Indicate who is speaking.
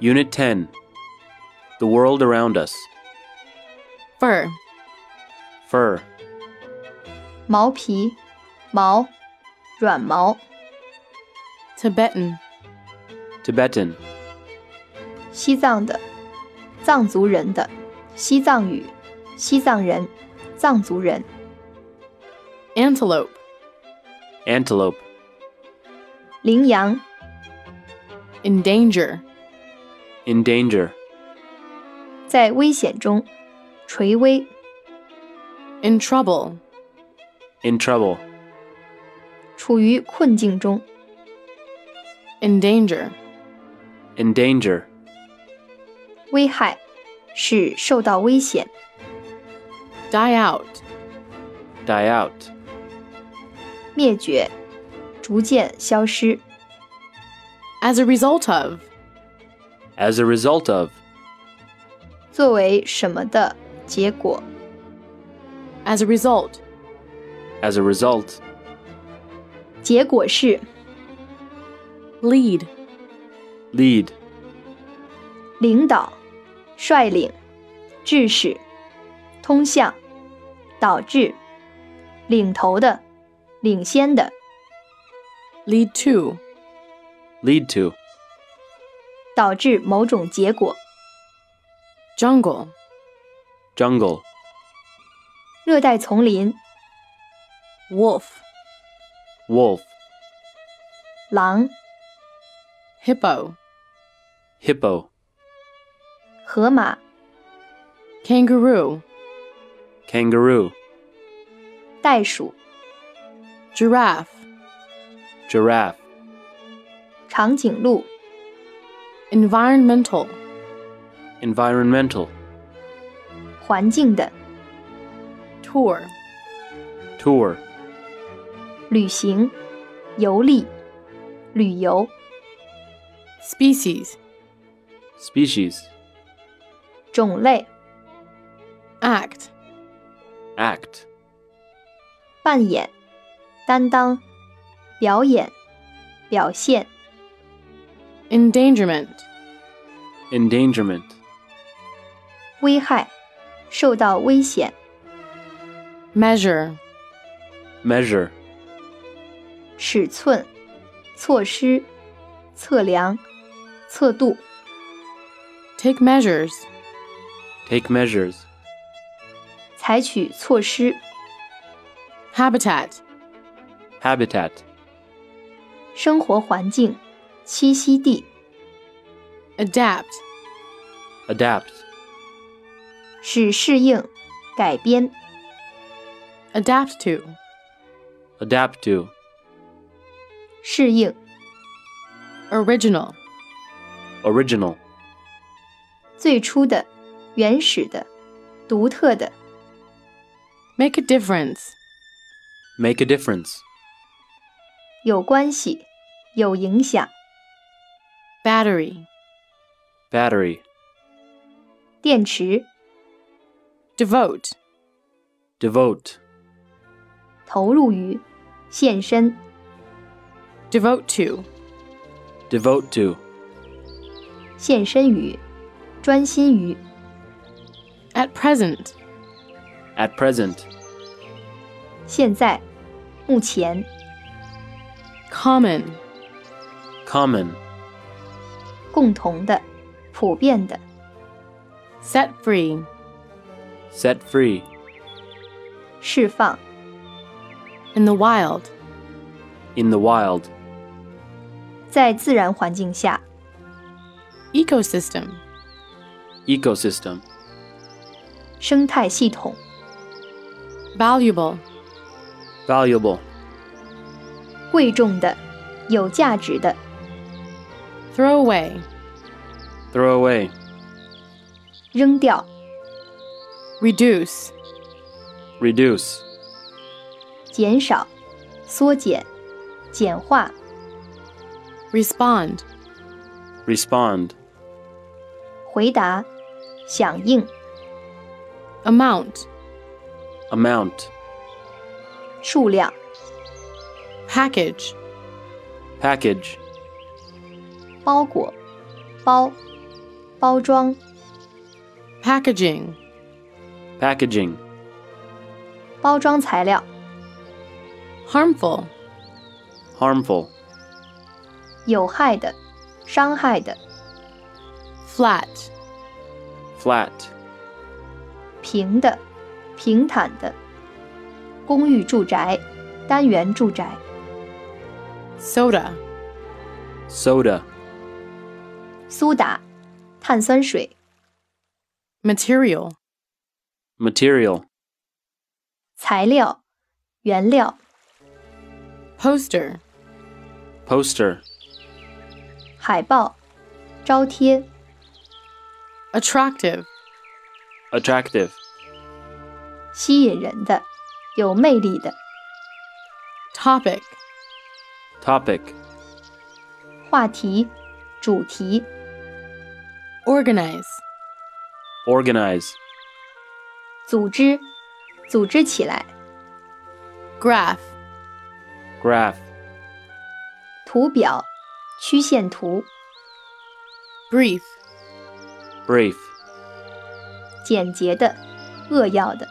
Speaker 1: Unit 10 The World Around Us
Speaker 2: fur、
Speaker 1: Fur
Speaker 3: 毛皮、毛、软毛、
Speaker 2: Tibetan、
Speaker 1: Tibetan
Speaker 3: 西藏的、藏族人的、西藏语、西藏人、藏族人、
Speaker 2: antelope、
Speaker 1: Antelope
Speaker 3: 羚羊、
Speaker 2: endanger、
Speaker 1: In Danger
Speaker 3: 在危险中、垂危、
Speaker 2: in trouble、
Speaker 1: In Trouble
Speaker 3: 处于困境中、
Speaker 2: endanger、
Speaker 1: In Danger
Speaker 3: 危害，是受到危险、
Speaker 2: die out、
Speaker 1: Die Out
Speaker 3: 灭绝、逐渐消失、
Speaker 2: as a result of、
Speaker 1: As a Result of
Speaker 3: 作为什么的结果、
Speaker 2: as a result、
Speaker 1: As a Result
Speaker 3: 结果是
Speaker 2: lead、
Speaker 1: Lead
Speaker 3: 领导、率领、致使、通向、导致、领头的、领先的、
Speaker 2: lead to、
Speaker 1: Lead to
Speaker 3: 导致某种结果。
Speaker 2: jungle、
Speaker 1: Jungle
Speaker 3: 热带丛林、
Speaker 2: wolf、
Speaker 1: Wolf
Speaker 3: 狼、
Speaker 2: hippo、
Speaker 1: Hippo
Speaker 3: 河马、
Speaker 2: kangaroo、
Speaker 1: Kangaroo
Speaker 3: 袋鼠、
Speaker 2: giraffe、
Speaker 1: Giraffe
Speaker 3: 长颈鹿、
Speaker 2: environmental、
Speaker 1: Environmental
Speaker 3: 环境的
Speaker 2: tour、
Speaker 1: Tour
Speaker 3: 旅行、游历、旅游、
Speaker 2: species、
Speaker 1: Species
Speaker 3: 种类、
Speaker 2: act、
Speaker 1: Act
Speaker 3: 扮演、担当、表演、表现、
Speaker 2: endangerment、
Speaker 1: Endangerment
Speaker 3: 危害、受到危险、
Speaker 2: measure、
Speaker 1: Measure
Speaker 3: 尺寸、措施、测量、测度、
Speaker 2: take measures、
Speaker 1: Take Measures
Speaker 3: 采取措施、
Speaker 2: habitat、
Speaker 1: Habitat
Speaker 3: 生活环境、栖息地、
Speaker 2: adapt、
Speaker 1: Adapt
Speaker 3: 使适应、改编、
Speaker 2: adapt to、
Speaker 1: Adapt to
Speaker 3: 适应、
Speaker 2: original、
Speaker 1: Original
Speaker 3: 最初的、原始的、独特的、
Speaker 2: make a difference、
Speaker 1: Make a Difference
Speaker 3: 有关系、有影响、
Speaker 2: battery、
Speaker 1: Battery
Speaker 3: 电池、
Speaker 2: devote、
Speaker 1: Devote
Speaker 3: 投入于、献身、
Speaker 2: devote to,
Speaker 1: Devote to
Speaker 3: 献身于、专心于、
Speaker 2: at present,
Speaker 1: At Present
Speaker 3: 现在、目前、
Speaker 2: common,
Speaker 1: Common
Speaker 3: 共同的、普遍的、
Speaker 2: set free,
Speaker 1: Set Free
Speaker 3: 释放、
Speaker 2: in the wild,
Speaker 1: In the Wild
Speaker 3: 在自然环境下、
Speaker 2: ecosystem,
Speaker 1: Ecosystem
Speaker 3: 生态系统、
Speaker 2: valuable,
Speaker 1: Valuable
Speaker 3: 贵重的、有价值的、
Speaker 2: throw away,
Speaker 1: Throw away
Speaker 3: 扔掉、
Speaker 2: reduce,
Speaker 1: Reduce
Speaker 3: 减少、缩减、简化、
Speaker 2: respond,
Speaker 1: Respond
Speaker 3: 回答、响应、
Speaker 2: amount,
Speaker 1: Amount
Speaker 3: 数量、
Speaker 2: package,
Speaker 1: Package
Speaker 3: 包裹、包、包装、
Speaker 2: packaging,
Speaker 1: packaging,
Speaker 3: 包装材料、
Speaker 2: harmful,
Speaker 1: harmful,
Speaker 3: 有害的、伤害的、
Speaker 2: flat,
Speaker 1: flat,
Speaker 3: 平的、平坦的、公寓住宅、单元住宅、
Speaker 2: soda,
Speaker 1: soda,
Speaker 3: 苏打、碳酸水、
Speaker 2: material,
Speaker 1: material,
Speaker 3: 材料、原料、
Speaker 2: poster,
Speaker 1: poster,
Speaker 3: 海报、招贴、
Speaker 2: attractive,
Speaker 1: attractive,
Speaker 3: 吸引人的、有魅力的、
Speaker 2: topic,
Speaker 1: topic,
Speaker 3: 话题、主题、
Speaker 2: organize,
Speaker 1: organize,
Speaker 3: 组织、组织起来、
Speaker 2: graph,
Speaker 1: graph,
Speaker 3: 图表、曲线图、
Speaker 2: brief,
Speaker 1: brief,
Speaker 3: 简洁的、扼要的。